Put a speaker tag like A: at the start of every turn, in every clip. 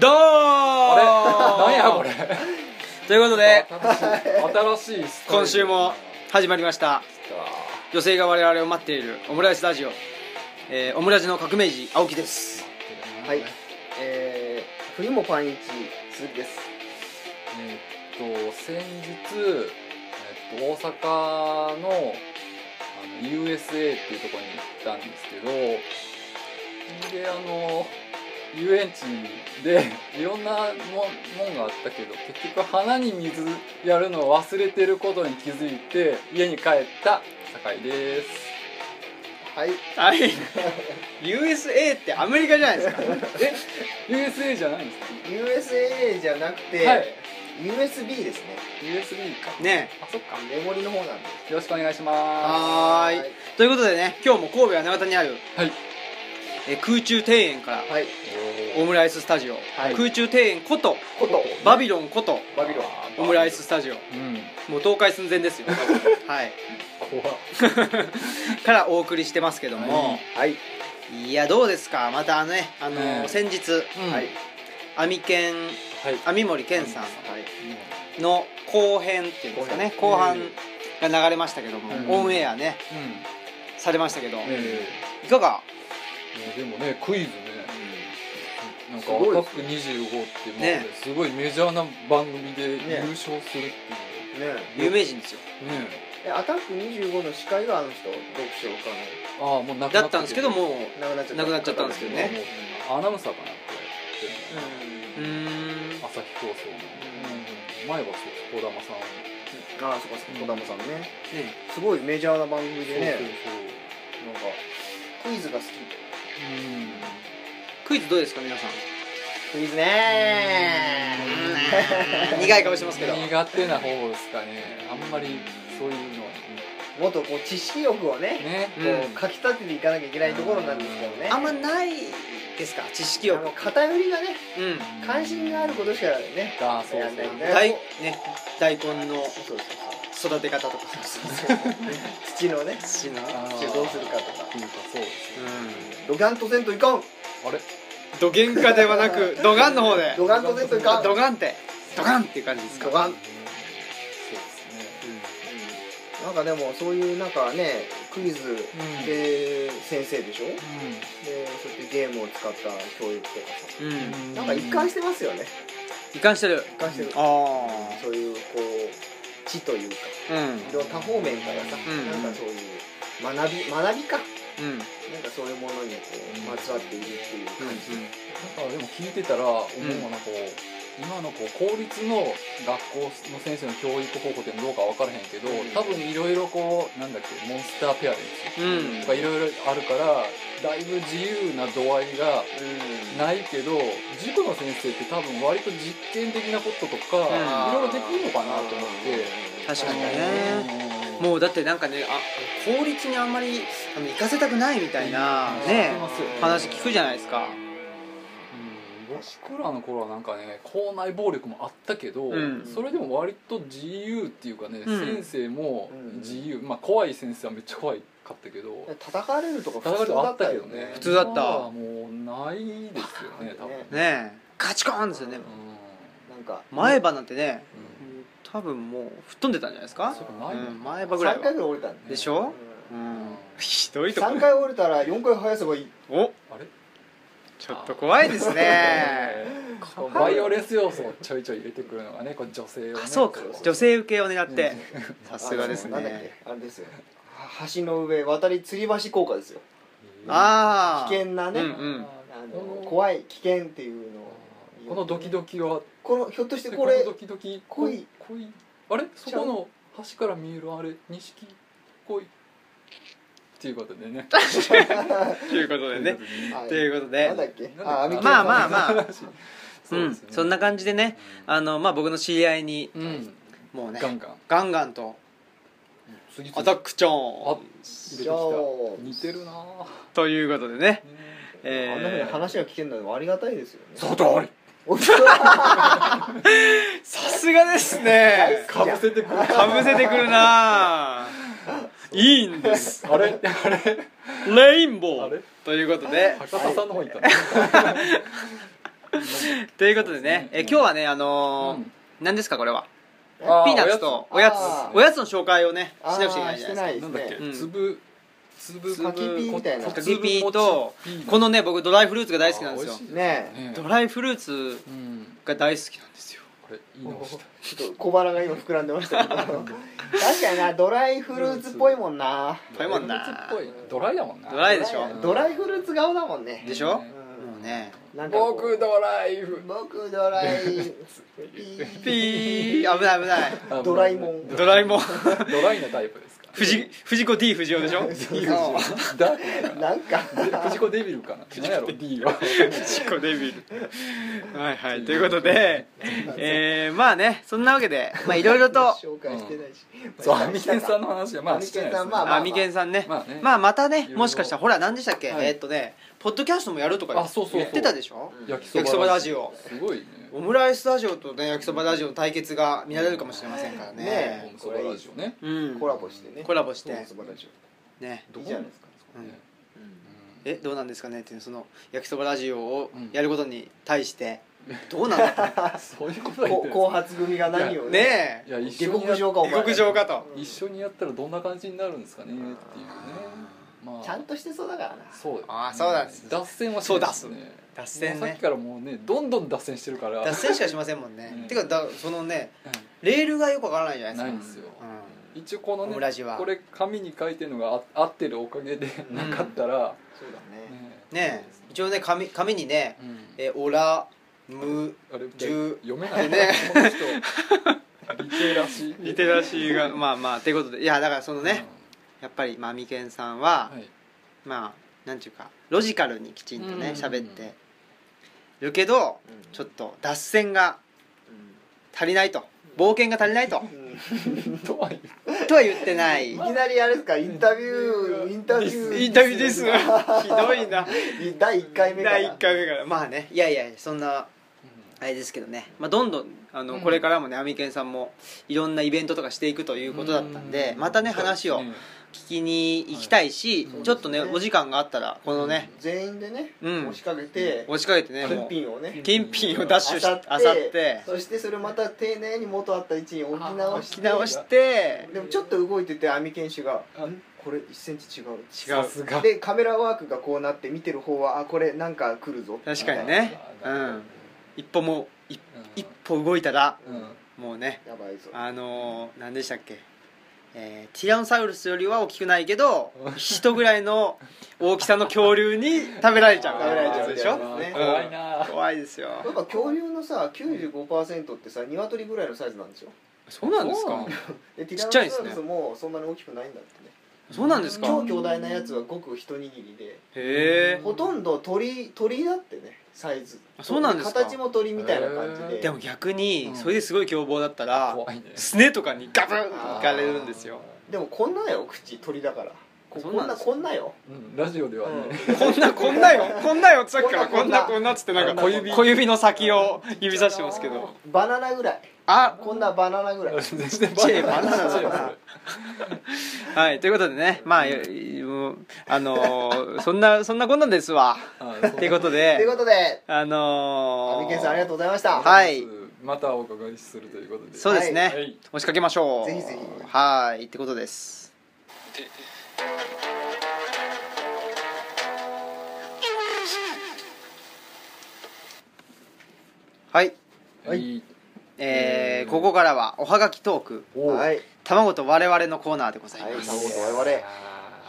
A: どー
B: あれ なんやこれ
A: ということで
B: 新しい新しいスタイル
A: 今週も始まりました
B: あ
A: 女性が我々を待っているオムライスラジオ、えーオムラジの革命児青木です
C: はい、えー、冬もパンイチ鈴木です。
B: えーっと先日、えーっと大阪のあの USA っていうところに行ったんですけどであの遊園地でいろんなももんがあったけど結局花に水やるのを忘れてることに気づいて家に帰った酒井 です
C: はい、
A: はい USA ってアメリカじゃないですか
B: USA じゃないんですか
C: USA じゃなくて、
B: はい
C: USB ですね。
B: USB か
A: ね
B: あそっか
C: メモリの方なんで。
B: よろしくお願いし
A: え
B: ま
A: はーいということでね今日も神戸は長田にある、
B: すはい
A: えー空中庭園から
C: はい、
A: オムライススタジオ、
C: はい
A: 空中庭園こと
C: こと
A: バビロンこと
C: バビロン。
A: オムライススタジオ
B: うん
A: もう倒壊寸前ですよはい
B: 怖っ
A: からお送りしてますけども、
C: はい、
A: い、やどうですかまたねあのー
B: うん
A: 先日
B: うん
C: はい、
A: 網健
B: はい
A: 網森健さ
C: はい、
A: んの後編っていうんですかね後
B: 後
A: 半
B: 編
A: が流れましたけども、
B: うん
A: オンエアね
B: うん
A: されましたけど、
B: え
A: いかが
B: えでもねクイズねなんか「
C: すごい
B: アタック25」ってもうね
A: ね
B: すごいメジャーな番組で優
C: ね
B: 勝するっていう
C: ね
A: 有名人ですよ
B: ね
C: え、アタック25の司会があの人、読書
B: えああもうなくな
A: だったんですけどもう
C: 家のなくなっちゃった。
A: なくなっちゃったんですけどね
B: もうアナウンサーかなこれ
A: うーん
B: 朝日放送の前はそう児玉さん
C: うん、ああ、そこそこ、児玉さんね。
A: ね
C: すごいメジャーな番組でね
B: そう、
C: なんかクイズが好き。
B: そうそううん
A: クイズどうですか皆さん
C: クイズね
A: うーん苦い顔してますけど
B: 苦手な方ですかねあんまりそういうのは
C: もっとこう知識欲をね、
B: ね
C: こ
A: うん
C: うかき立てていかなきゃいけないところなんですけどね。
A: あんまないですか知識
C: あ
A: 欲
C: の偏りがね
A: うん
C: 関心があることしかね
B: あそう
C: や
B: そう
C: んないんだよ
A: 大ね大根の
C: そうそうそ
A: 育て方とか
C: う土の ね
A: 土の
B: あー
C: 土をどうするかとか
B: っていうかそうですね
C: ドガンとせんといかん
B: あれ
A: ドゲンカではなくドガンの方で
C: ドガンとせんといかん
A: ド
C: ド
A: ガンってドガンっていう感じですか
C: ガ
B: そ
C: ン
B: うですね
C: なんかでもそういうなんかねクイズ
B: うん
C: で先生でしょで
B: う
C: そうやってゲームを使った教育とかさ
A: うん、うん、
B: ん
C: なんか一貫してますよね
A: 一貫してる
C: 一貫してる
A: ああ
C: そういうこう知というか
A: うん
C: いろんな多方面からさ
A: うん
C: なんかそういう学び学びか
A: うん
C: なんかそういうものにこうまつわっているっていう感じ
B: なんかでも聞いてたら思うのがこう、今のこう公立の学校の先生の教育方法ってどうか分からへんけど、
C: うん
B: 多分いろいろこうなんだっけモンスターペアレン
A: うん
B: ツとかいろいろあるからだいぶ自由な度合いが
C: うん
B: ないけど塾の先生って多分割と実験的なこととか、
A: ん
B: いろいろできるのかなと思って。
A: 確かにね
B: うん
A: もうだってなんかねあ効率にあんまりあの行かせたくないみたいな
B: うん
A: ね
B: 知ってますよ
A: 話聞くじゃないですか
B: うん僕らの頃はなんかね校内暴力もあったけど、
A: うん
B: それでも割と自由っていうかね、
A: うん
B: 先生も
C: うん
B: 自由、まあ怖い先生はめっちゃ怖いかったけど
C: 叩かれるとか
B: 戦
C: 普
B: い
C: 通
B: とか
C: だ
B: あ
C: っ
B: った
C: た
B: け
C: よ
B: どね
C: ね
A: 普通だった
B: 今はもうないですよね多分
C: ね
A: ねえカチコーンですよね
C: なんか
A: 前歯なんてね
B: う
A: 多分もう吹っ飛んでたんじゃないです
B: ん
A: か
B: そう
A: う
B: ないもん
A: ん前歯
C: 3
A: ぐらい
C: 回ぐら
A: はい
C: 折れたんだよ
A: でしょう
B: うん
A: んひどいとこ
C: 3回折れたら4回生やせばいい
A: お
B: あれ
A: ちょっと怖いです ね
B: こうバイオレンス要素をちょいちょい入れてくるのがねこう女性を、ね、
A: あそうか
B: こ
A: 女性受けを狙って さすがです
C: あのなんだっ
A: ね
C: けあれですよは橋の上渡り吊り橋効果ですよ
A: ああ
C: 危険なね
A: うん
B: う
A: うん
C: あの怖い危険っていうのを
B: このドキドキは
C: このひょっとして
B: で
C: こ
B: これ
C: れ
B: ドキドキ
C: 恋
B: 恋あれそこの橋から見えるあれ錦恋っていう ことで ね
A: ということでね
C: あ
A: ということ
C: なんだ
A: で
C: っけ
B: なんだっけ
C: あ網
A: まあまあ
C: あ
A: まあ
B: そううん
A: そんな感じでねあのまあ僕の知り合いに
B: じうん
A: もうね
B: ガンガン
A: ガンガンと
B: 次
A: アタッ
B: ク
A: クチョー
B: あ
A: ン
B: 出てき
C: じゃ
B: た
C: あ
B: 似てるなぁ
A: ということでねえ
C: あんなふうに
A: ー
C: 話が聞けるのはありがたいですよね
B: そうだあれ
C: おっと
A: さすがですね
B: かぶせてくる
A: かぶせてくるなあ いいんです
B: あれあれ
A: レインボ
B: あれ
A: ーということで
B: 博多さんの方行ったの
A: ということでね、え
B: うん
A: 今日はねあのー
B: うん
A: 何ですかこれは
B: あー
A: ピーナッツとお
C: お
A: や
C: や
A: つ
C: つ
A: おやつ,、の紹介をねしなくちゃいけないじゃないで
C: い
B: なんだっけ、
A: うん
B: 粒粒
C: かきピーみたいな
A: すか
B: 小
A: かき
B: 粒
A: ピー
B: 餅
A: と
B: ピー
A: このね僕ドライフルーツが大好きなんですよ
B: あー美味しい
C: ねえ
A: ドライフルーツ
B: うん
A: が大好きなんですよ
B: これ言い直した
C: ちょっと小腹が今膨らんでましたけど確かになドライフルーツっぽいもんな
A: これもな
B: ドライフルーツっぽいドライだもんな
A: ドライでしょ
C: ドライフルーツ顔だもんね
A: でしょ
B: ね
C: うん
A: もうね
C: なんかこう
B: 僕ドライフ
C: 僕ドライ
A: ピー危ない危ない
C: ドラえもん
A: ドラえもん
B: ドライなタイプですか
A: 藤藤子 D 藤尾でしょ
B: いいですよダークだ
C: なんか
B: な藤子デビルかな何やろ D は
A: 藤子デビルはいはいということでえー、まあねそんなわけでまあいろいろと
C: 紹介してないし
B: そうアミケンさんの話はまあ
C: アミ
B: して
C: ケ
B: ない
C: ン
B: で
C: さ
B: す
C: ん
B: ね
C: まあ
A: あみけんさんね
B: まあね
A: まあまた
B: いろ
A: ね
B: いろ
A: もしかしたらほら何でしたっけ
B: はい
A: えーっとねポッドキャストもやるとか
B: あそうそう
A: 言ってたでしょ
B: 焼
A: 焼きそばラジオ
B: すごいね
A: オムライスラジオとね焼きそばラジオの対決が見られるかもしれませんからね
C: ねえ
B: 焼きそばラジオね
A: うん
C: コラボしてね
A: コラボして
C: そう素晴らしい
A: ね
B: ど
C: いういじゃ
B: な
C: なん
B: で
C: いです
B: す
C: か
B: か
A: えどうなんですかねっていうその焼きそばラジオを
B: うん
A: やることに対してどうなん だ
B: うんそういうことは言っ
C: こ
B: てる
C: 後発組が何を
A: とね
B: いや
A: え
B: 一
C: 下
B: 緒に
C: 克
B: や
C: 上かお前
A: 極上かと
B: 一緒にやったらどんな感じになるんですかねっていうねまあ
C: ちゃんとしてそうだからな
B: そう
A: あーそうなんです
B: 脱線はしないです
A: そう
B: ね
A: 脱
B: も
A: 線
B: うさっ
A: ね
B: きからもうねどんどん脱線してるから
A: 脱線しかしませんもんね、
B: うん
A: てかだそのねレールがよくわからないじゃ
B: な
A: ないで
B: いん
A: す
B: で
A: か
B: すよ
A: う
B: 一応この
A: オ
B: ね
A: ムラジは
B: これ紙に書いてるのがあ合ってるおかげで
C: うん
B: なかったら、
C: そうだね
B: ね
A: んねえ一応ね紙紙にね
B: うん
A: 「えオラム
B: あれ
A: 十
B: 読めない
A: ね
B: この人リテラシー
A: リテラシーがまあまあということでいやだからそのね、やっぱりまあみけんさんは、
B: うんはい
A: まあなんていうかロジカルにきちんとね
B: うん
A: 喋ってるけど
C: うん
A: ちょっと脱線が足りないと冒険が足りないと
C: うんうん
B: とは言って
A: とは言ってない
C: いきなりあれですかインタビューインタビュー
A: インタビューですひどいな
C: 第1回目から
A: 第1回目からまあねいやいやそんなあれですけどね、まあ、どんどんあの、
B: うん
A: これからもねアミケンさんもいろんなイベントとかしていくということだったんで、またね話を聞きに行きたいし、
B: はい
A: ちょっとね
C: そうですね
A: お時間があったらこのね、
C: 全員でね
A: うん
C: 押しかけて
A: 押しかけてね
C: 金
A: もう
C: 品をね
A: 金品をダッシュしあ
C: あ
A: さ
C: さ
A: っ
C: ってそしてそれまた丁寧に元あった位置に置き直し
A: 引
C: て
A: き直して
C: でもちょっと動いてて網犬手が
B: あ
C: 「これ1センチ違う」
A: 違
B: さ
A: う
B: すが
C: でカメラワークがこうなって見てる方は「あこれなんか来るぞ」
A: 確かにねう
B: あー
A: ん一歩もい一
B: 一
A: 歩動いたら
B: うんうん
A: もうね
C: やばいぞ
A: あのー、何でしたっけ、えーティラノサウルスよりは大きくないけど人ぐらいの大きさの恐竜に食べられちゃう
C: 食べられちゃう
A: でしょ
C: みたいなね
B: 怖いな
A: 怖いですよ
C: やっぱ恐竜のさ95%ってさ鶏ぐらいのサイズなんですよ
A: そうなんです
B: そう
A: か
B: なんだ
C: でティ
A: ちっ
C: ラ
A: ちゃいん
C: ノ
A: です
C: サウ
A: ね
C: ルスもそんなに大きくないんだってね
A: そうなんですか
C: 超
A: へ
C: 巨大なやつはごく一握りで
A: え
C: ほとんど鳥鳥だってねサイズ
A: あそうなんですか
C: 形も鳥みたいな感じ
B: へー
C: で
A: でも逆に
B: うん
A: それですごい凶暴だったら
B: 怖いね
A: すねとかにガブンっていかれるんですよ
C: でもこんなよ口鳥だからこ
A: そ
C: こ
A: うなん
C: ん
A: で
C: な
A: すよ
C: こんなよ
B: うんラジオではね
A: こんなこんなよこんなよさっきからこ
C: こ
A: ん
C: ん
A: な
C: な
A: こんなっつってなんか
B: 小指
A: 小指の先を指さしてますけど
C: バナナぐらい
A: あ
C: こんなバナ ナぐらい
B: 全然
A: ちっちゃいバナナだよな
B: ちっ
A: はいということでねまあよよあのーそんなそんなこんなんですわ
B: ちゃいあーそう
A: ということ
C: という
A: で
C: ことで
A: あのー
C: 阿部健さんありがとうございました
A: はい
B: またお伺いするということで
A: そうですね、
B: はい
A: 押しかけましょう
C: ぜひぜひ
A: はいってことですはい
C: はい
A: え
B: う
A: ー、
B: ん
A: ここからはおはがきトーク
B: おう
C: はい
A: 卵と我々のコーナーでござい
C: はい
A: ます、
C: 卵と我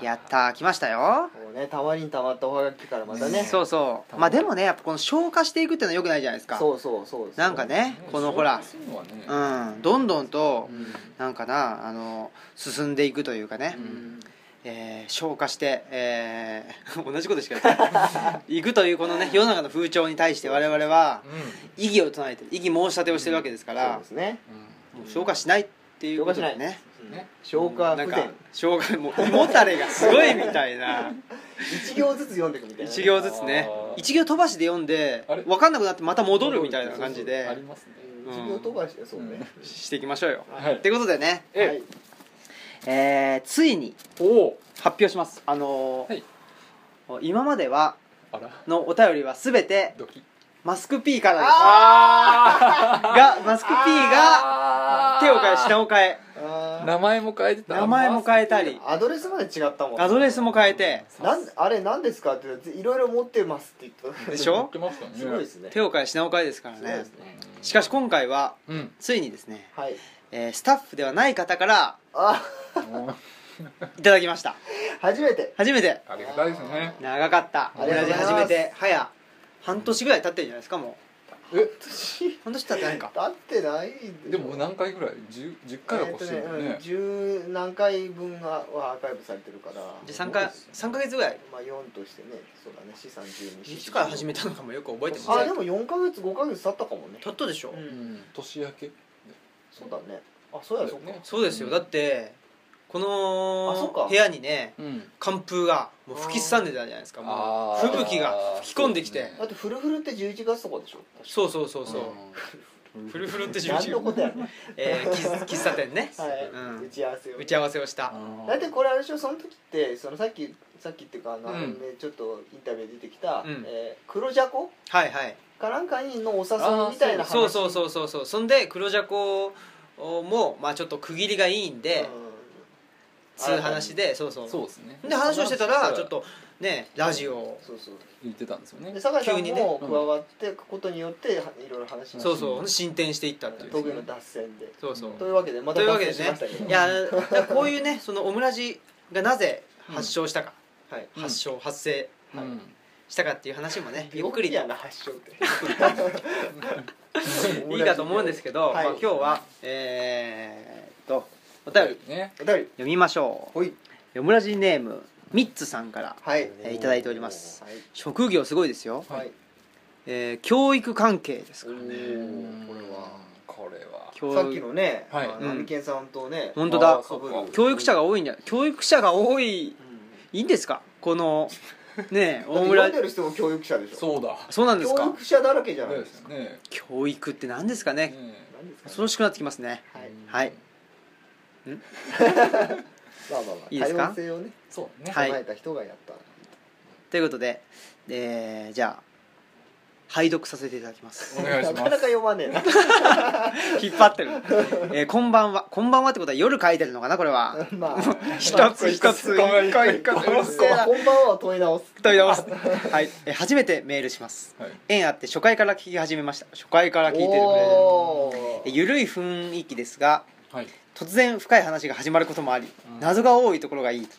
A: やったー来ましたよ
C: 々もうねたまりにたまったおはがきからまたね
A: そうそうまあでもねやっぱこの消化していくっていうのはよくないじゃないですか
C: そうそうそうです
A: なんかねこのほら
B: そういうのはね
A: うんどんどんと
B: うん
A: なんかなあの進んでいくというかね、
C: うん
A: えー消化して、えー 同じことしかや ってないくというこのね世の中の風潮に対して我々は異議を唱えて異議申し立てをしてるわけですか
C: そう
A: ら
C: ですね
B: う
A: もう消化しないっていうことで
C: 消化し
A: ね
B: んね
C: 消化
A: なん
C: 不
A: か
C: 全
A: 消化もう胃もたれがすごいみたいな
C: 一行ずつ読んでいくみたいなね
A: 一行ずつね
B: あー
A: 一行飛ばしで読んで
B: あれ
A: 分かんなくなってまた戻るみたいな感じ
B: そうそうそうあ
A: で
B: りますね
C: うん一行飛ばしてそうね
A: していきましょうよ
B: はい
A: ってことでね、
B: え
C: はい
A: えーついに
B: おお
A: 発表しますあのー
B: はい
A: 今までは
B: あら
A: のお便りは全て
B: ドキ
A: マスク P からです
C: あ
B: あ
A: がマスク P が
B: あ
A: 手を変え品を変え
C: あ
B: 名前も変えてた
A: 名前も変えたり
C: ーアドレスまで違ったもん
A: アドレスも変えて
C: なんあれ何ですかって言ったらいろいろ持ってますって言った
A: でしょ
B: 言ってましたね
C: すごいですね
A: 手を変え品を変えですから
C: すごい
A: ね
C: ですね
A: しかし今回は
B: うん
A: ついにですね、
C: はい
A: えースタッフではない方から
C: あ
A: いただきました
C: 初めて
A: 初めて
B: ありがたいですね
A: 長かった
C: あ
A: 同
C: りがとう
A: じ
C: ございます
A: 始めて早半年ぐらい経ってるんじゃないですかも
B: え
A: う半年経ってないか
C: だってない
B: でも何回ぐらい 10, 10回は越してるよ
C: えーとね
B: ね
C: うん十、何回分がはアーカイブされてるから
A: じゃあ3か三ヶ月ぐらい
C: まあ4としてねそうだね四三十二
A: いつから始めたのかもよく覚えてま
C: あ
A: せ
C: で
A: ん
C: も4か月5か月経ったかもね
A: 経ったでしょ、
C: う
B: うんん年明け
C: そうだねあそうやそうか、
A: そうですよだってこ
C: あそっか
A: の部屋にね
B: うん
A: 寒風がもう吹きすさんでたじゃないですかもう
B: あ
A: 吹雪が吹き込んできて
C: だってフルフルって11月とかでしょ
A: そうそうそうそう、
B: うん
A: フルフルって
C: 何のことやねん
A: えー喫喫茶店ね
C: はい、
A: うん
C: 打ち合わせを
A: 打ち合わせをした、
B: うん
C: だってこれあれでしょその時ってそのさっきさっきっていうかあ
A: う
C: の、
A: ん
C: あのねちょっとインタビューで出てきた、
A: うん
C: えー黒じゃこ
A: はいはい
C: かなんかにのお誘いみたいな話
A: そうそう
C: う
A: そうそうそうそんで黒じゃこもまあちょっと区切りがいいんで、つう話でそうそう
B: そうですね
A: で話をしてた
B: そ
A: ら
B: う
A: ちょっとねラジオ
C: そうそう
B: 言ってたんですよね
C: で酒井さ
A: 急
C: ん
A: にね
C: も加わってことによってはいろいろ話しました
A: そうそう進展していったっていう
C: 東京の脱線で
A: そうそう
C: というわけでま
A: と
C: た
A: いうわ
C: 脱
A: けで
C: 線しま
A: ね
C: したけど
A: いやだからこういうね そのオムラジがなぜ発症したか、
C: はい
B: うん
A: 発症発生
B: う
C: はい
B: ん
A: したかっていう話もねゆっくりと
C: やな発祥って
A: いいかと思うんですけど、
C: はい
A: まあ、今日はえー、っとお便り
B: ね
C: お便り
A: 読みましょ
C: ほいう
A: オムラジネームミッツさんから
C: はい
A: えーいただいております
C: はい
A: 職業すごいですよ、
C: はい
A: えー教育関係です
C: お
A: からね
C: ーこれは
B: これは
A: 教
C: さっきのね
B: はい
C: あの
A: うん
C: アミケンさんとね
A: 本当だ
B: あーそうか
C: 被る
A: 教育者が多いんじゃ教育者が多いいいんですかこの ねえ
C: 大
A: 大
C: 村
A: 村
C: 読んでる人も教育者でしょ
B: そうだ
A: そうなんです
C: 教
A: か
C: 育者だらけじゃない
B: で
C: ですすか
B: ね
A: 教育って何ですかね
B: ね
C: 何ですかね
A: 恐ろしくなってきますね
C: はい
A: はい
C: まあまあまあ
A: いいですか
C: 多様性をね
B: そうね
A: はい
C: 備えた人がやった
A: ということで、えーじゃあ拝読させていただきます
B: お願いし
C: なか
B: ま
C: なか
B: す
C: 読まねえな
A: 引っ張ってる、えーこんばんはこんばんはってことは夜書いてるのかなこれ は
C: まあ
A: 一つ一つ
B: ごめん
A: 一個一個
B: ごめん
A: うるせえな
C: こんばんはを問い直す
A: 問い直すはい、えー初めてメールします
B: はい
A: 縁あって初回から聞き始めました初回から聞いてるくれ
C: お
A: てる
C: ー
A: ゆるい雰囲気ですが
B: はい
A: 突然深い話が始まることもあり
B: うん
A: 謎が多いところがいい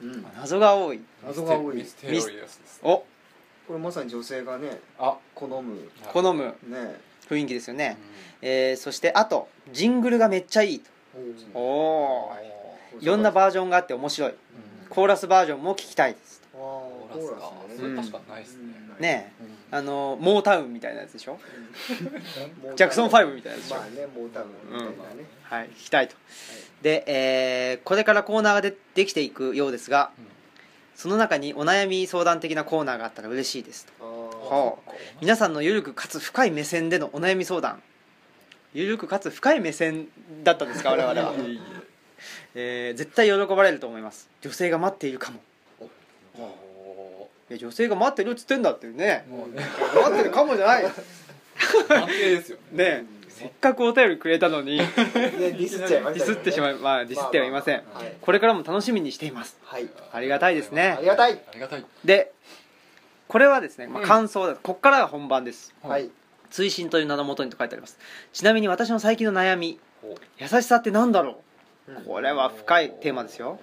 C: うん
A: 謎が多い
C: 謎が多い
B: ミステリアスです
A: を
C: これまさに女性がね
B: あ
C: 好む
A: 好む
C: ね
A: 雰囲気ですよね、えーそしてあとジングルがめっちゃいいとおおーいろんなバージョンがあって面白いコーラスバージョンも聞きたいです
C: あーコ
B: コ
C: ー
B: ーラ
C: ラ
B: スが
C: スね
A: ん
B: 確かにないですね
A: ねえ
B: うん
A: あのモータウンみたいなやつでしょ
C: うん
A: ジャクソン5みたいなやつでしょ、
C: まあねモータウンみたいなね
A: はい聞きたいとで、えーこれからコーナーがでできていくようですが
B: うん
A: その中にお悩み相談的なコーナーがあったら嬉しいですと
C: あ
A: は
C: ー
A: あ皆さんのゆるくかつ深い目線でのお悩み相談ゆるくかつ深い目線だったんですか我々は、
B: いえいえ
A: えー絶対喜ばれると思います女性が待っているかも
B: お
A: いや女性が待ってるっつってんだってね
B: ーもうね
A: 待ってるかもじゃないね
B: 安定ですよね
A: えせっかくお便りくれたのにデ
C: ねディスっちゃいました
A: ィスってしまいまあディスってはいません
C: まあまあはい
A: これからも楽しみにしています
C: はい
A: ありがたいですね
C: ありがたい
B: ありがたい
A: でこれはですね、まあ、
B: うん
A: 感想だ、こっからが本番です
C: はい
A: 追伸という名のもとにと書いてありますちなみに私の最近の悩み
B: ほう
A: 優しさってなんだろう、
C: うん
A: これは深いテーマですよ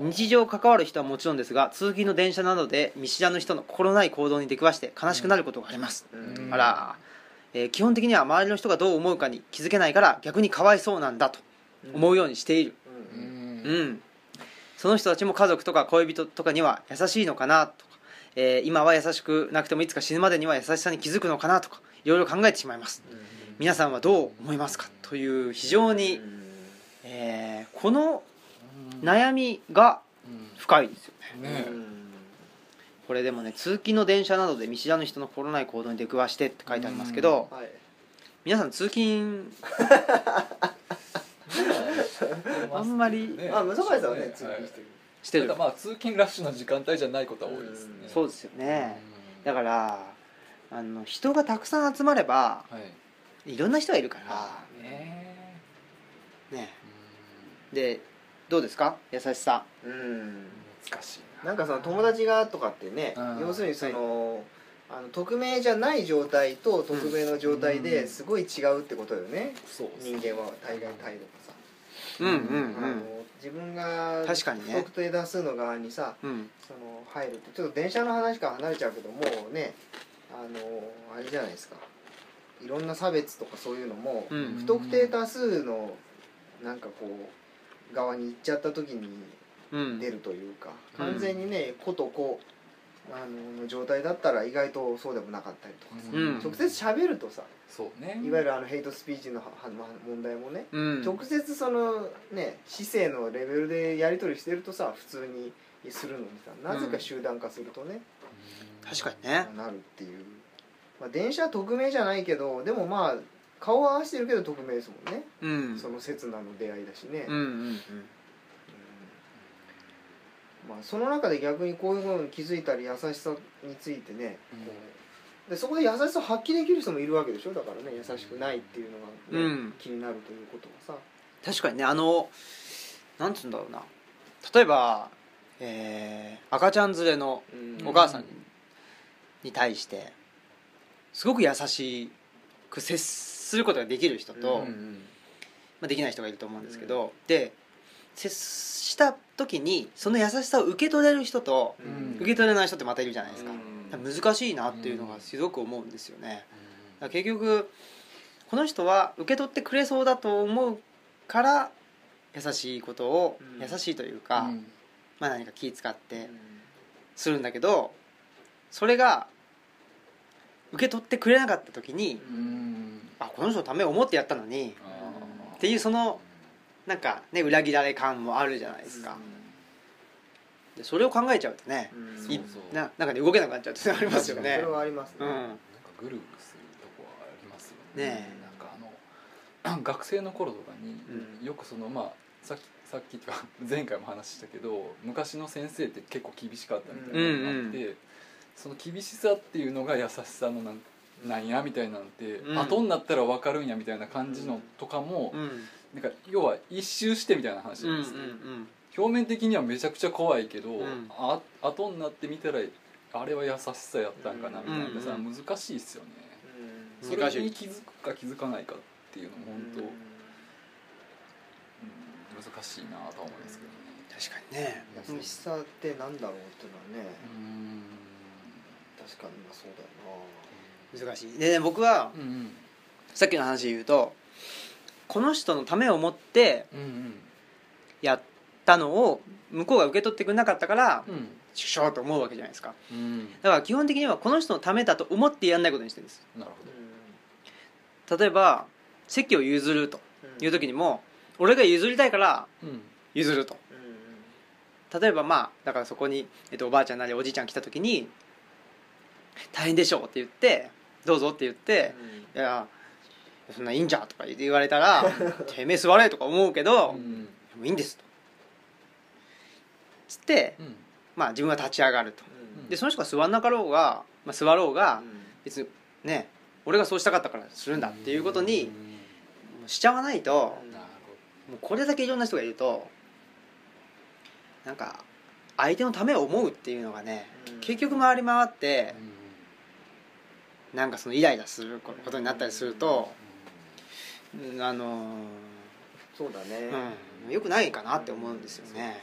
C: うん
A: 日常関わる人はもちろんですが通勤の電車などで見知らぬ人の心ない行動に出くわして悲しくなることがあります、
C: うん
A: あら、えー基本的には周りの人がどう思うかに気づけないから逆にかわいそうなんだと思うようにしている
C: う
B: う
A: う
B: ん
A: ん、
B: ん
A: その人たちも家族とか恋人とかには優しいのかなとか、えー今は優しくなくてもいつか死ぬまでには優しさに気づくのかなとかいろいろ考えてしまいます皆さんはどう思いますかという非常に、えーこの悩みが深いですよね
C: うん
B: ね
A: これでもね通勤の電車などで見知らぬ人の心ない行動に出くわしてって書いてありますけど
C: はい
A: 皆さん通勤あんまり
B: ね
C: あ武坂井さんはね
B: はい
C: 通勤してる
A: して
B: た
A: る
B: だまあ通勤ラッシュの時間帯じゃないことは多いですね
A: そうですよねだからあの人がたくさん集まれば
B: はい
A: いろんな人がいるか
B: あ
A: ら
B: あね
A: ね
B: う
A: でどうですか優しさ
C: うん
B: ん難しいな
C: なんかその友達がとかってね
B: うん
C: 要するにその、あの匿名じゃない状態と匿名の状態
B: うん
C: ですごい違うってことよね、
B: そうですね
C: 人間は大概態度がさ、
A: うんうん
C: あの自分が
A: 確かにね
C: 不特定多数の側にさ
A: うんうん
C: その入るってちょっと電車の話から離れちゃうけどもうねあのあれじゃないですかいろんな差別とかそういうのも、
A: うん
C: 不特定多数のなんかこう側に行っちゃった時に
A: うん
C: 出るというか
A: うん
C: 完全にね子と子あのの状態だったら意外とそうでもなかったりとかさ、
A: うん
C: 直接喋るとさ
B: そうね
C: いわゆるあのヘイトスピーチのははま問題もね、
A: うん
C: 直接そのね市政のレベルでやり取りしてるとさ普通にするのにさなぜか集団化するとね、
A: 確かにね
C: なるっていう、まあ、電車は匿名じゃないけどでもまあ顔は合わせてるけど匿名ですもんね、
A: うん
C: その刹那の出会いだしね、
A: うんうん
C: まあ、その中で逆にこういうものに気づいたり優しさについてねでそこで優しさを発揮できる人もいるわけでしょだからね優しくないっていうのが、ね
A: うん
C: 気になるということはさ、
A: 確かにねあのなんつうんだろうな例えば、えー赤ちゃん連れの
C: うん
A: お母さんに対してすごく優しく接することができる人と、
C: う
A: ま
C: ん
A: あ、できない人がいると思うんですけど、で接した時にその優しさを受け取れる人と
B: うん
A: 受け取れない人ってまたいるじゃないですか,、
C: うん
A: 難しいなっていうのがすごく思うんですよね。だから結局この人は受け取ってくれそうだと思うから優しいことを、
C: うん
A: 優しいというか、
B: うん
A: まあ、何か気使って
C: うん
A: するんだけどそれが受け取ってくれなかった時に
B: うん
A: あこの人のためを思ってやったのに
B: あー
A: っていうそのなんかね裏切られ感もあるじゃないですか、でそれを考えちゃうとね、
C: うん
B: そう
A: い
B: そう
A: ななんかね動けなくなっちゃうってのありますよ
C: そ
A: ね
C: れ。はあります
A: う
C: ね、
A: ん
B: なんかぐるぐるするとこはありますよね
A: ねえ
B: なんかあの 学生の頃とか
C: う
B: によくそのまあさっきさっきとか 前回も話したけど昔の先生って結構厳しかったみたいなのがあって、その厳しさっていうのが優しさのなんなんやみたいなのって、
A: うん
B: 後になったら分かるんやみたいな感じのとかも
A: う、ん
B: なんか要は一周してみたいな話
A: うんう
B: なん
A: ん
B: ですね、表面的にはめちゃくちゃ怖いけど、
A: うん
B: あ後になってみたらあれは優しさやったんかなみたいなのってさ、
A: うんうん
B: 難しいっすよね、
C: うん
B: それに気づくか気づかないかっていうのも本当、うん難しいなとは思いますけどね
A: 確かにね
C: 優しさってなんだろうっていうのはね、確かにまあそうだよ
A: 難しいでね僕は
B: うんうん
A: さっきの話で言うとこの人のためを思って
B: うんうん
A: やったのを向こうが受け取ってくれなかったから
B: うん
A: ちくしょうと思うわけじゃないですか
B: うん
A: だから基本的にはこの人のためだと思ってやんないことにしてるんです
B: なるほ
C: な、
A: 例えば席を譲ると
C: うん
A: いう時にも俺が譲りたいから
B: どうん
A: 譲ると
C: うん
A: 例えばまあだからそこに、えっと、おばあちゃんなりおじいちゃん来た時に「大変でしょ」って言って「どうぞ」って言って「いやそんないいんじゃ」とか言われたら 「てめえ座れ」とか思うけど
B: う、ん
A: もういいんですとつって、
B: うん
A: まあ、自分は立ち上がると
C: うん
A: でその人が座んなかろうが、まあ、座ろうが
C: うん
A: 別にね俺がそうしたかったからするんだっていうことに
B: う
A: もうしちゃわないとも
B: んなる
A: うこれだけいろんな人がいるとなんか相手のためを思うっていうのがね
C: うん
A: 結局回り回って
B: ほどうん
A: なんかそのイライラすることになったりすると、うんあの
C: そうだね、
A: うん、よくないかなって思うんですよね。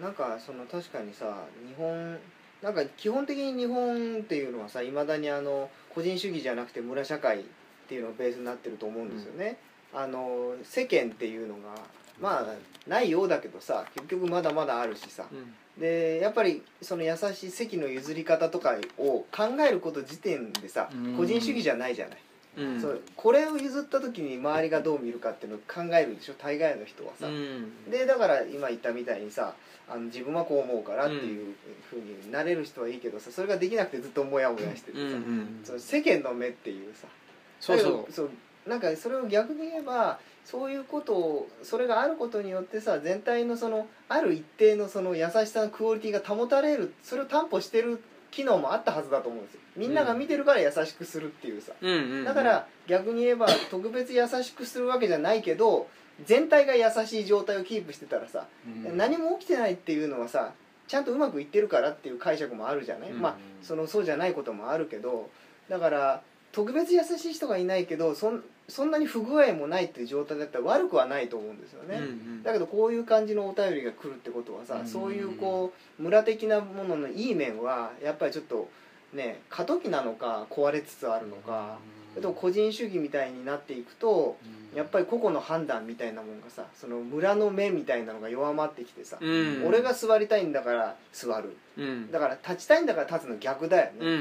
C: なんかその確かにさ日本なんか基本的に日本っていうのはさいまだにあの個人主義じゃなくて村社会っていうのがベースになってると思うんですよね、あの世間っていうのがまあないようだけどさ結局まだまだあるしさ
A: うん
C: でやっぱりその優しい席の譲り方とかを考えること時点でさ
B: うん
C: 個人主義じゃないじゃない、
A: うん
C: そうこれを譲った時に周りがどう見るかっていうのを考えるでしょ大概の人はさ、
A: うん
C: でだから今言ったみたいにさあの自分はこう思うからっていうふうになれる人はいいけどさそれができなくてずっとモヤモヤして
A: うんう
C: るさ、
A: ん、
C: その世間の目っていうさ
A: そう
C: だ
A: そ
C: けどそうなんかそれを逆に言えばそういうことをそれがあることによってさ全体のそのある一定のその優しさのクオリティが保たれるそれを担保してる機能もあったはずだと思うんですよみんなが見てるから優しくするっていうさ
A: うんうんうん
C: だから逆に言えば特別優しくするわけじゃないけど全体が優しい状態をキープしてたらさ何も起きてないっていうのはさちゃんとうまくいってるからっていう解釈もあるじゃない、まあそのそうじゃないこともあるけどだから特別優しい人がいないけどそんそんなに不具合もないっていう状態だったら悪くはないと思うんですよね、
A: うんうん
C: だけどこういう感じのお便りが来るってことはさ、
B: うん
C: そういうこう村的なもののいい面はやっぱりちょっとね過渡期なのか壊れつつあるのか、あと個人主義みたいになっていくとやっぱり個々の判断みたいなもんがさその村の目みたいなのが弱まってきてさ、
A: うん
C: 俺が座りたいんだから座る
A: うん
C: だから立ちたいんだから立つの逆だよね、
A: うんうんう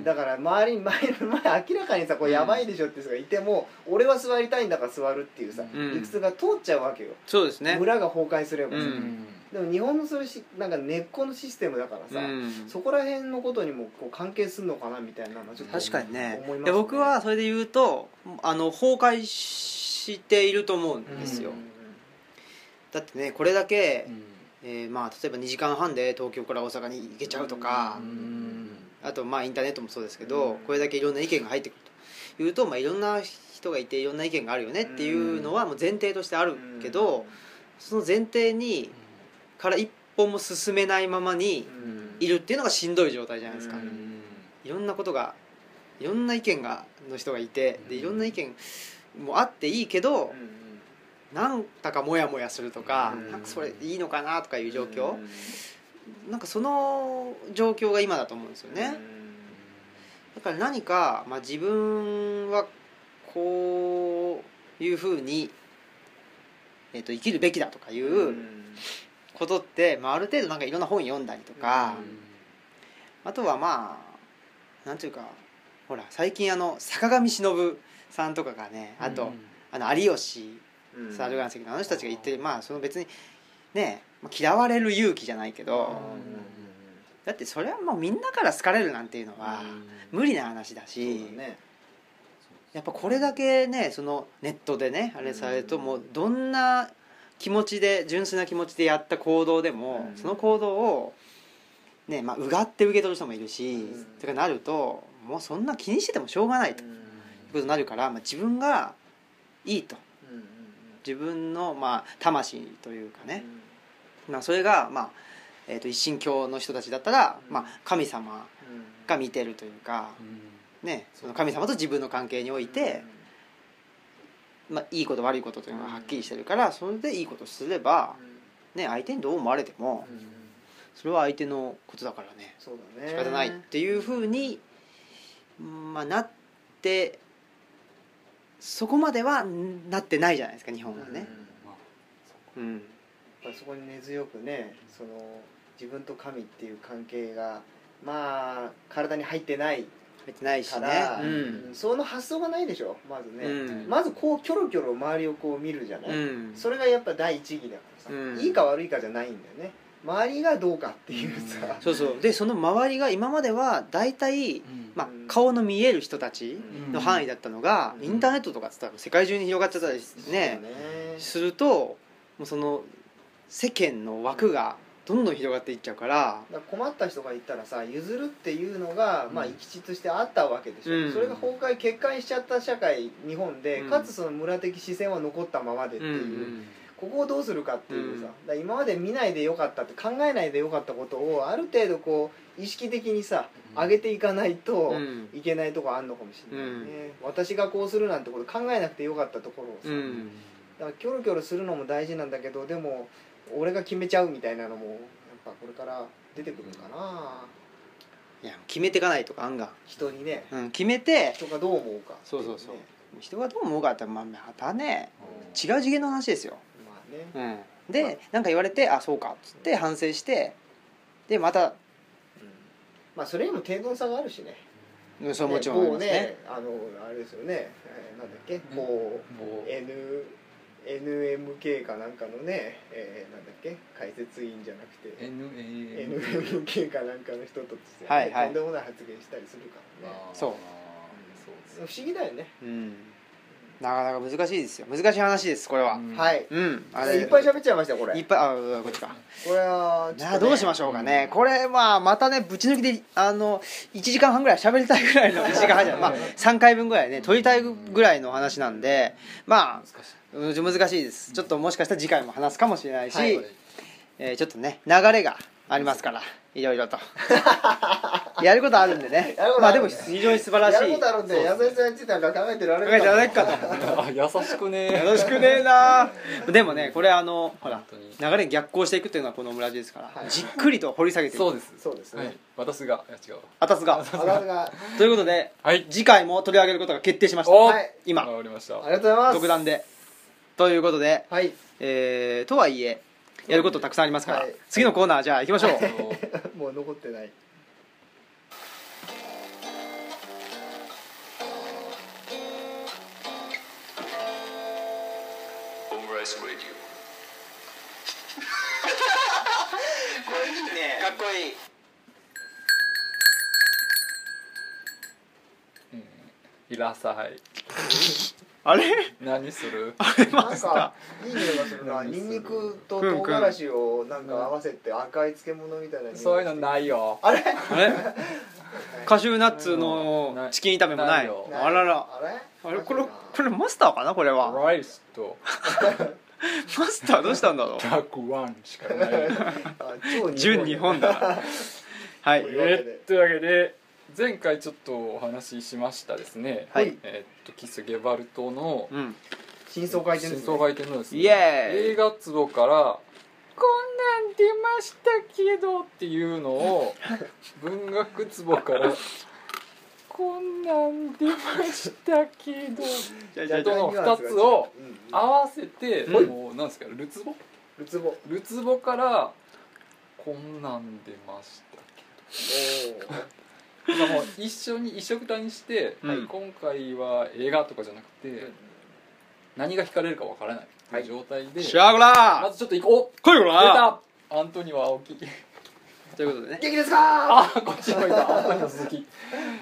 A: ん
C: だから周りに前前明らかにさこれやばいでしょって人がいても、俺は座りたいんだから座るっていうさ、
A: うん
C: 理屈が通っちゃうわけよ、
A: そうですね
C: 村が崩壊すればさ、
A: うん
C: でも日本のそれしなんか根っこのシステムだからさ、
A: うん
C: そこら辺のことにもこう関係するのかなみたいなのはちょっと
A: 確かにね
C: 思います
A: で
C: ね
A: 僕はそれで言うとあの崩壊していると思うんですよ、
C: うん
A: だってねこれだけ、えーまあ、例えば2時間半で東京から大阪に行けちゃうとか、あとまあインターネットもそうですけど、
C: うん
A: これだけいろんな意見が入ってくるというと、まあ、いろんな人がいていろんな意見があるよねっていうのはもう前提としてあるけど、その前提にから一歩も進めないままに
C: うん
A: いるっていうのがしんどい状態じゃないですか、
C: うん
A: いろんなことがいろんな意見がの人がいてでいろんな意見もあっていいけどなんだかモヤモヤするとか
C: うん
A: なんかそれいいのかなとかいう状況
C: うん
A: なんかその状況が今だと思うんですよねだから何か、まあ、自分はこういうふうに、えっと生きるべきだとかい
C: うん
A: うことって、まあ、ある程度なんかいろんな本読んだりとか、あとはまあなんていうかほら最近あの坂上忍さんとかがねあと、あの有吉
C: うん
A: さんルガン関のあの人たちが言って、まあその別にねまあ嫌われる勇気じゃないけ
C: うん
A: ど、だってそれはもうみんなから好かれるなんていうのは無理な話だし、
C: そうだね
A: やっぱこれだけねそのネットでねあれされると
C: うん
A: もうどんな気持ちで純粋な気持ちでやった行動でも
C: うん
A: その行動をねまあうがって受け取る人もいるし
C: うん
A: とかなるともうそんな気にしててもしょうがないといううんことになるからまあ自分がいいと
C: うん
A: 自分のまあ魂というか
C: うん
A: ねまあそれがまあえーと一神教の人たちだったら
C: うん
A: まあ神様
C: うん
A: が見てるというかねその神様と自分の関係においてまあ、いいこと悪いことというのがはっきりしてるからそれでいいことすれば、
C: うん
A: ね、相手にどう思われても
C: うん
A: それは相手のことだからね
C: そうだね
A: 仕方ないっていうふうに、まあ、なってそこまではなってないじゃないですか日本は
C: うんやっ
A: ね。うん
C: ぱりそこに根強くねその自分と神っていう関係がまあ体に入ってない
A: 入ってないし
C: か
A: ね
C: ら、。
A: うん
C: その発想がないでしょまずね、
A: うん
C: まずこうキョロキョロ周りをこう見るじゃない、
A: うん
C: それがやっぱ第一義だからさ、
A: うん
C: いいか悪いかじゃないんだよね周りがどうかっていうさ、
A: そうそうでその周りが今までは大体、まあ
C: うん、
A: 顔の見える人たちの範囲だったのが、
C: うん
A: インターネットとかって言ったら世界中に広がっちゃったりしてねするともうその世間の枠がどんどん広がっていっちゃうから
C: だから困った人がいたらさ譲るっていうのが、まあ
B: うん
C: 生き地としてあったわけでしょ、
A: うん
C: それが崩壊決壊しちゃった社会日本で、
A: うん
C: かつその村的視線は残ったままでっていう、
A: うん
C: ここをどうするかってい
A: う
C: うさ、
A: ん
C: だから今まで見ないでよかったって考えないでよかったことをある程度こう意識的にさ上げていかないと、
A: うん
C: いけないとこあんのかもしれないね、私がこうするなんてこと考えなくてよかったところをさ、
A: う
C: だ
A: ん
C: からキョロキョロするのも大事なんだけどでも俺が決めちゃうみたいなのもやっぱこれから出てくるのかな、
A: いや決めていかないとか案が、
C: 人にね
A: うん、決めて
C: 人がどう思うかってい
A: そう
C: ね、
A: そうそう人がどう思うかってまあまたね
C: うん
A: 違う次元の話ですよ、
C: まあね、
A: うん、で何か言われてあそうかっつって反省してでまた
C: まあそれにも程度の差があるしね
A: うんそうもちろんありますね
C: ね某ねあのあれですよね、えーなんだっけこう N NMK かなんかのね、えーなんだっけ解説委員じゃなくて NMK かなんかの人として、ね
A: はいはい
C: とんでもない発言したりするからね
A: そう
C: 不思議だよね
A: うんなかなか難しいですよ難しい話ですこれは
B: うん
C: はい
A: うん、あれ
C: いっぱい喋っちゃいましたこれ
A: いっぱいあこっちか
C: これはちょ
A: な
C: っと
A: あ
C: ね
A: どうしましょうかね、これまあまたねぶち抜きであの1時間半ぐらい喋りたいぐらいの1時間半じゃない、まあ、3回分ぐらいね取りたいぐらいの話なんでまあ
B: 難しい
A: うん難しいですちょっともしかしたら次回も話すかもしれないし、
C: はい
A: えーちょっとね流れがありますからいろい ろとやることあるんでね
C: やること
A: ま
C: あ
A: あで
C: る
A: も
C: んで
A: 非常に素晴らしい
C: やることあるんで優しさについてなんか考えてられ
A: 考え
C: る
A: て
C: か
A: い
C: も
A: ただくかと
B: あ優しくね
A: よろしくねえなでもねこれあのほら
B: 本当
A: 流れに逆行していくっていうのはこの村中ですから、
C: はい
A: じっくりと掘り下げていく
B: そうです
C: そうです
B: はい
C: ね、
B: 私がいや違うわ
A: あたすが
C: あなたが
A: ということで
B: はい
A: 次回も取り上げることが決定しまし
B: お
A: た
C: はい
A: 今
B: わかりました
C: ありがとうございます
A: 独断でということで、
C: はい
A: えーとはいえやることたくさんありますから、
C: はい
A: 次のコーナーじゃあ行きましょう
B: あの
C: もう残って ない
A: かっこいい
B: イラサハイ
A: あれ
B: 何する
C: なんかいい匂いがするなニンニクと唐辛子をなんか合わせて赤い漬物みたいな匂がして
B: そういうのないよ
C: あれ
A: あれカシューナッツの
B: ない
A: チキン炒めもない
B: ないよ
A: あらら
C: あれ
A: あれこれこれマスターかなこれは
B: ライスと
A: マスターどうしたんだろう
B: たくあんしかない
C: あ超
A: 純日本だなはい
C: と
B: え
C: いうわけで
B: ーというわけで前回ちょっとお話ししましたですね、
A: はい
B: えーっとキス・ゲバルトの
A: うん
C: 真相回転です、ね、
B: 真相回転のですね
A: イエーイ
B: 映画壺から「こんなん出ましたけど」っていうのを文学壺から「こんなん出ましたけど」
A: じゃあじゃあじ
B: ど
A: ゃ
B: う
A: あ
B: の二つを合
C: あ
B: わせて
A: うん
B: もうなんですかルツボ
C: るつぼお
B: ルツボから「こんなん出ましたけ
C: ー
B: ど」だからもう一緒に一緒くたにして、
A: うん
B: はい今回は映画とかじゃなくて、何が惹かれるかわからないって
C: はいいう
B: 状態で、
A: シャーゴラ
B: ま
A: ー
B: ずちょっと行こう
A: 来いよ
B: 出
A: な
B: たアントニオ青木
A: ということでね
C: 元気ですか
B: あこっちもい たアントニオ鈴木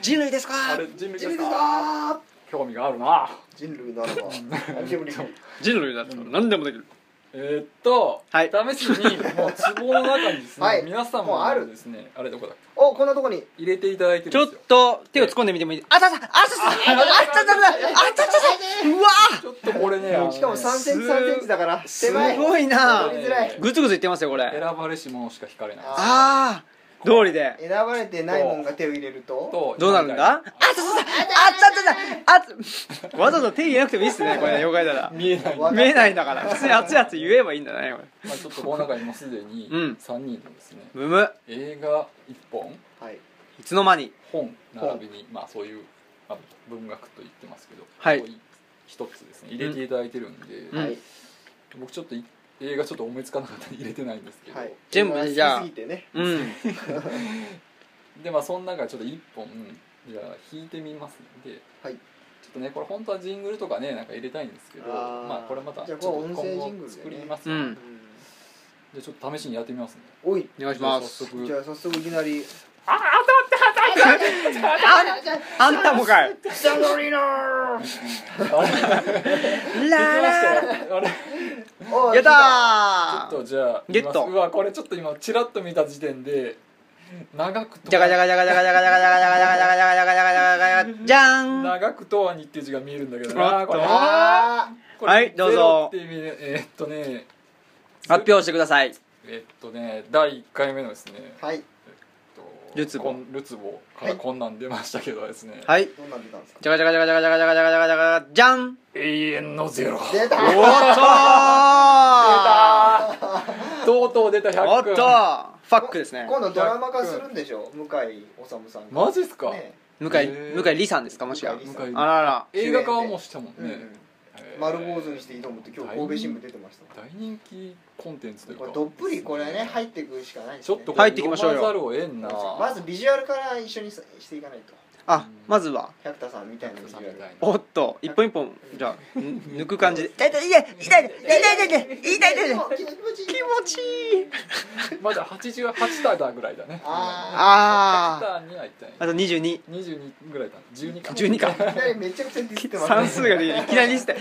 A: 人類ですか
B: あれ人類
C: 人
B: で
C: 類
B: す
C: です
B: か
C: か
B: 興味があるな
C: 人類ならば何でもできる
A: 人類だったら何でもできる
B: えーっと、
A: はい
B: 試しにもう壺の中にですね、
C: はい
B: 皆さん
C: もう
B: も
C: ある
B: ですねあれどこだ
C: おこんなとこに
B: 入れていただいて
A: ちょ
B: るん
A: っ
B: ですよ
A: と手を突っ込んでみてもいいあたたあたたあたたあたたうわ
B: ちょっとこれねあのね
C: しかも3
B: 選
C: センチ3センチだから
A: す
C: 狭い
A: ごいな
C: 取りづらい
A: ぐつぐつ言ってますよこれ
B: ばれし者しか惹かれないです
A: ああ道理で
C: 選ばれてないもんが手を入れると
B: と
A: どうなるんだあたたたあたたたあわざわざ手入れなくてもいいっすねこれ妖怪だら
B: 見えない、ま
A: 見えないんだから普通に熱いやつ言えばいいんだねこれ
B: あ、ちょっとこの中にもうすでに
A: うん
B: 3人のですね、
A: むむ
B: 映画1本
C: はい
A: いつの間に
B: 本並びにまあそういう、まあ、文学と言ってますけど、
A: はい
B: こう一つですね入れていただいてるんで、
A: うん
C: はい
B: 僕ちょっとい映画ちょっと思いつかなかったんで入れてないんですけど、
C: はい
A: 全部じゃあ
C: 好きすぎてね
A: うん
B: でまあその中ちょっと一本じゃあ弾いてみますので、
C: はい
B: ちょっとねこれ本当はジングルとかねなんか入れたいんですけど
C: あー
B: まあこれまたち
C: じゃ
B: ょ
C: あ
B: っと
C: これ
B: 今
C: 音声ジン
B: 後
C: グルでね
B: 作ります
A: う
B: ので、
A: ん
B: じゃあちょっと試しにやってみますね
C: おい
A: お願いします
B: じゃあ早速
C: じゃあ早速いきなり
A: あんたもかい
C: 「サンドリーナー!
A: ラ
B: できましたよあれ」
C: おい
A: やった
B: ちょっ
A: ー
B: とじゃあ
A: ゲット
B: 見ますうわこれちょっと今チラッと見た時点で長くと
A: じゃがじゃがじゃがじゃがじゃがじゃがじゃがじゃがじゃがじゃがじゃがじゃがじゃがじゃがじゃがじゃん
B: 長く「とはに」っていう字が見えるんだけど
A: お
B: な
A: っと
B: これ
C: あ
B: これ
A: はいどうぞ
B: ゼロっていう意味でえーっとね
A: 発表してください
B: えっとね第1回目のですね
C: ーはい
B: と
A: ルツボ
B: こんルツボからこんなん出ましたけどですね、
A: はい
C: どんなん出たんですか
A: じゃがじゃがじゃがじゃがじゃがじゃがじゃがじゃがじゃん
B: 永遠のゼロ
C: 出た
A: おっとー
B: とうとう出た
A: おっ
B: 100
A: とフ
B: 君
A: ァックですね
C: 今度ドラマ化するんでしょ向井理さん
B: マジっすか、
C: ね
A: 向井
B: へー
A: 向井理さんですかもしや
C: 向井理
B: 向井理
A: あらら
B: 映画化はもうしたもんね、
C: うんうん
B: えー
C: 丸坊主にして挑むって今日神戸新聞出てました
B: 大人気コンテンツという
C: こ
B: か
C: れどっぷりこれね入っていくしかないです
B: ちょ
C: ね
B: っと
A: 入ってきましょうよ
B: 読ざるを得んな
C: まずビジュアルから一緒にしていかないと
A: あまずは
C: 百田さんみたいな
B: さんみたいな
A: おっと一本一本じゃあん抜く感じで痛い痛い痛い痛い痛い痛い痛い痛い痛い痛い
C: 気持ち
A: 気
C: いい
A: 持ちいい
B: まだ88ターだぐらいだね
C: あ
B: あ
A: あ
B: ターにはいって
A: ああ
B: ない
A: と22
B: 22ぐらいだ12か
A: 12か
C: 左めちゃくちゃディスってますね
A: 算数ができないいきなりして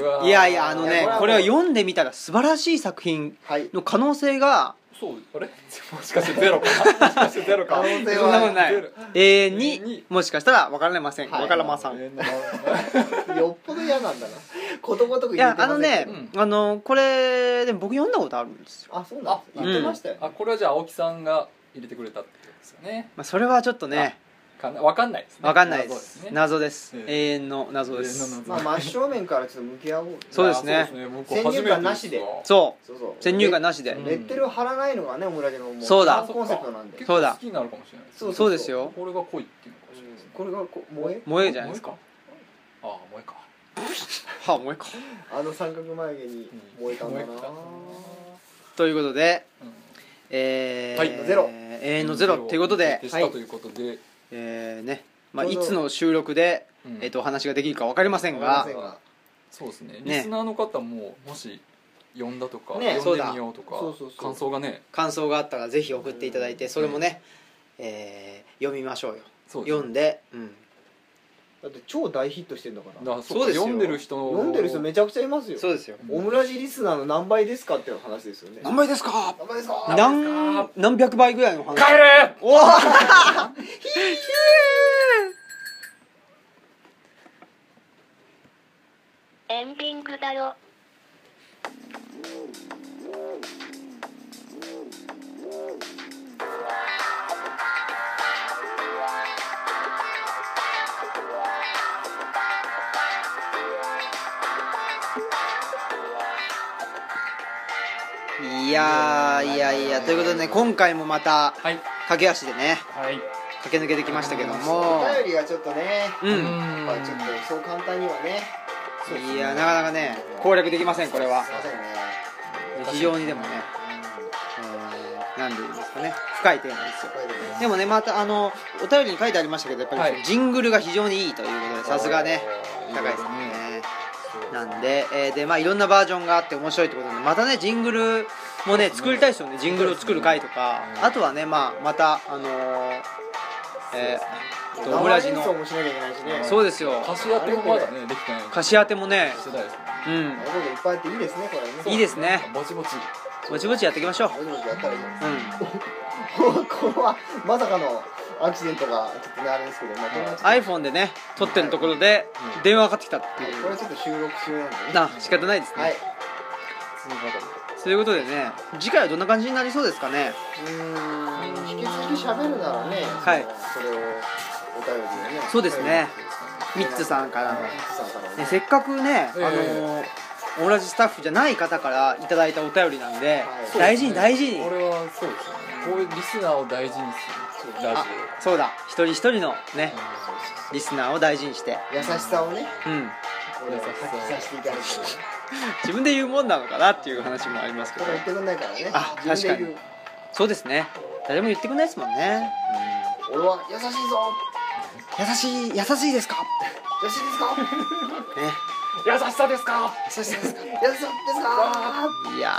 B: うわー
A: いやいやあの
C: い
A: ね
C: や
A: こ
C: これ
A: れを
C: はもう
A: 読んでみたら素晴らしい作品
C: はい
A: の可能性が
B: そうあれ もしかしてゼロか もしかしてゼロか
C: 可能性
A: そんなこと
C: は
A: ない
B: ゼロ
A: 永遠
B: 永遠
A: に
B: に
A: もしかしたら分かられません
C: はい
A: 分からまさん
C: よっぽど嫌なんだなことごとく
A: い
C: 言
A: や
C: って
A: あ
C: ま
A: の
C: せんけど
A: ねあのこれでも僕読んだことあるんですよ、
C: あそうなんです
B: あ
C: 言ってましたよね
B: あこれはじゃあ青木さんが入れてくれたってことですよね
A: まあ、それはちょっとね
B: かなわかんないですね
A: 分かんないで
B: 謎
A: す
B: ね
A: 謎です
B: うん
A: 永遠の謎で
B: 永遠の
A: す
B: 謎
C: まあ真正面からちょっと向き合おう
A: そうですね
B: いや僕初めて
C: 先入観なしで
B: わ
A: そ
C: そうそう
A: う先入観
C: な
A: なしで
B: うん
C: レッテルを貼らないのがねオムラジのも
A: そうだ
C: 基本コンセプトなんで
B: 結
A: そ
B: 構
A: うだ
B: 好きになるかもしれないです
C: そ
B: ね
C: う
A: そうですよ
B: これが濃いっていうのかもしれないですね
C: これがこう萌え
A: 萌えじゃないですか
B: かああ萌えか
A: はあ萌えか
C: あの三角眉毛に燃えたんだな
B: 燃えた
A: ということで
B: うん
A: えー
B: はい
C: ゼロ
A: 永遠のゼロっていうことで
B: ゼロ
A: はい
B: を設定したということで
A: えーねまあ
C: ちょう
A: い
C: ど
A: つの収録で
B: うん
A: えっとお話ができるか分かりません
C: わ
A: が
C: かりませんが
B: そうですね
A: ね
B: リスナーの方ももし読んだとか
C: ね
B: 読んでみようとか
C: そうだそうそうそう
B: 感想がね
A: 感想があったらぜひ送っていただいてそれもねえー読みましょうよ
B: そうです
A: 読んでうん
C: だって超大ヒットしてんだから
B: だ
A: そ
B: そうう
A: ですよ
B: 読んでる人の
C: 飲んでる人めちゃくちゃいますよ
A: そうですよ
C: オムラジリスナーの何倍ですかっていう話ですよね
A: 何倍ですか
C: 何倍ですか
A: 何何百倍ぐらいの話
B: 帰れ
A: おー
D: エンディングだよ。
A: いやーいやいやということでね今回もまた
B: はい
A: 駆け足でね
B: はい
A: 駆け抜けてきましたけど
C: お
A: も
C: 便りがちょっとね
A: う
B: うん
C: やっぱちょっとそう簡単にはね
A: いやなかなかね攻略できませんこれは
C: すいませんね
A: 非常にでもねえーなんで言うんですかね深いテーマですよでもねまたあのお便りに書いてありましたけどやっぱりその
B: はい
A: ジングルが非常にいいということでさすがね
B: うん
A: 高井さんねなんで、えーでまあいろんなバージョンがあって面白いってことなんでまたねジングルもね作りたいですよねジングルを作る回とかあとはねまあまたあのーえーえっとオム
C: 生
A: ラジ
C: 演奏
A: の
C: もしなきゃいけないしね
A: そうですよ
B: 歌詞当てもまだねできてない
A: 歌詞当てもね
B: してないです
A: う
C: あ
A: ん
C: れこそいっぱいあっていいですねこれね
A: いいですね
B: もんぼちぼち
A: ぼちぼちやっていきましょう
C: ぼちぼちやったらいいです
A: うん
C: これはまさかのアクシデントがちょっとねあれですけど、まあ、これはちょっ
A: iPhone でね撮ってるところで
B: うん
A: 電話かかってきたってい
C: とこれ
A: う
C: はちょっと収録中なんでね
A: な仕方ないですね、
C: はい
B: つながる
A: ということでね次回はどんな感じになりそうですかね
C: うーん引き続き喋るならね
A: はい
C: それをお便りでね
A: そうですね
C: お
A: ミ
C: 便りで
A: ッツさんからの、
C: ミ
A: ね、
C: ッツさんからのね
A: せっかくね、
B: ええ
A: あのーオムラジスタッフじゃない方からいただいたお便りなんで、
C: はい
A: 大事に大事に
B: これはそうですよねこういうリスナーを大事にするラジ
A: あそうだ一人一人のね
B: オうん
C: そうそう
A: リスナーを大事にして
C: そう優しさをね
A: うん
C: これを発揮させていただいて
A: 自分で言うもんなのかなっていう話もありますけ
C: こ
A: ど
C: れ言ってくんないからね
A: あ
C: 自分で言う
A: そうですね誰も言ってくれないですもんね、
C: 俺は優しいぞ
A: うん、優しい優しいですか
C: 優しいですか
A: ね
B: 優しさですか
C: 優しいですか優しいですか
A: いや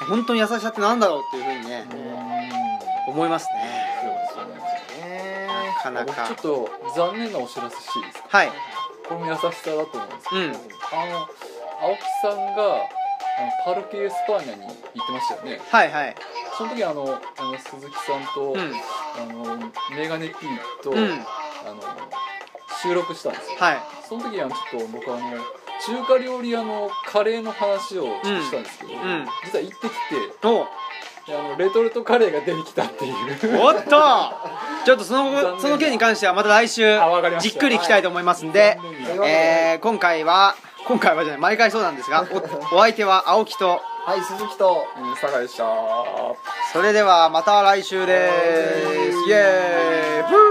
A: ー本当に優しさってなんだろうっていうふうにね
B: うん
A: 思いますね
B: そうですね
C: ね
A: なかな
B: 僕ちょ
A: か
B: っと残念なお知らせしていいですか
A: はい
B: これも優しさだと思うんですけど、
A: うん
B: あの青木さんがあのパルケ・エスパーニャに行ってましたよね
A: はいはい
B: その時あのあの鈴木さんと、
A: うん
B: あのメガネ P と、
A: うん
B: あの収録したんですよ
A: はい
B: その時はちょっと僕あの中華料理屋のカレーの話をちょっとしたんですけど、
A: うん
B: 実は行ってき
A: お
B: てであのレトルトカレーが出てきたっていう
A: おっとちょっとそ
B: 残
A: の
B: 念
A: その件に関してはまた来週
B: あわかりまし
A: じ
B: た
A: っくりいきたいと思いますんで、
B: 残念
C: という
B: な
C: わけで
A: えー今回は今回はじゃない毎回そうなんですがおお相手は青木と
C: はい鈴木と
B: うん酒井でした
A: それではまた来週ですイエーイブー